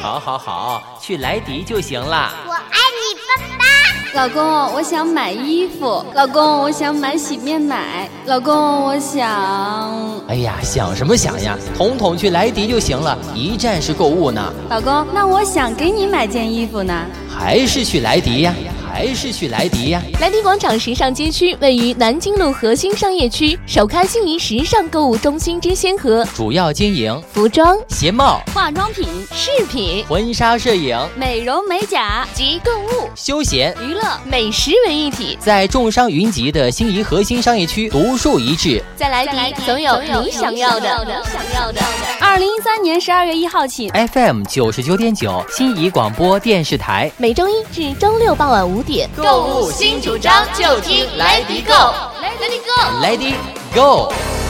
好好好，去莱迪就行了。我爱你，爸爸。老公，我想买衣服。老公，我想买洗面奶。老公，我想……哎呀，想什么想呀？统统去莱迪就行了，一站式购物呢。老公，那我想给你买件衣服呢。还是去莱迪呀，还是去莱迪呀。莱迪广场时尚街区位于南京路核心商业区，首开心仪时尚购物中心之先河，主要经营服装、鞋帽、化妆品、饰品婚纱摄影、美容美甲、及购物、休闲。娱乐、美食为一体，在众商云集的心仪核心商业区，独树一帜。在莱迪总有你想要的。二零一三年十二月一号起， FM 九十九点九，心仪广播电视台。每周一至周六傍晚五点，购物新主张就听来迪购，来迪购。 Lady Go。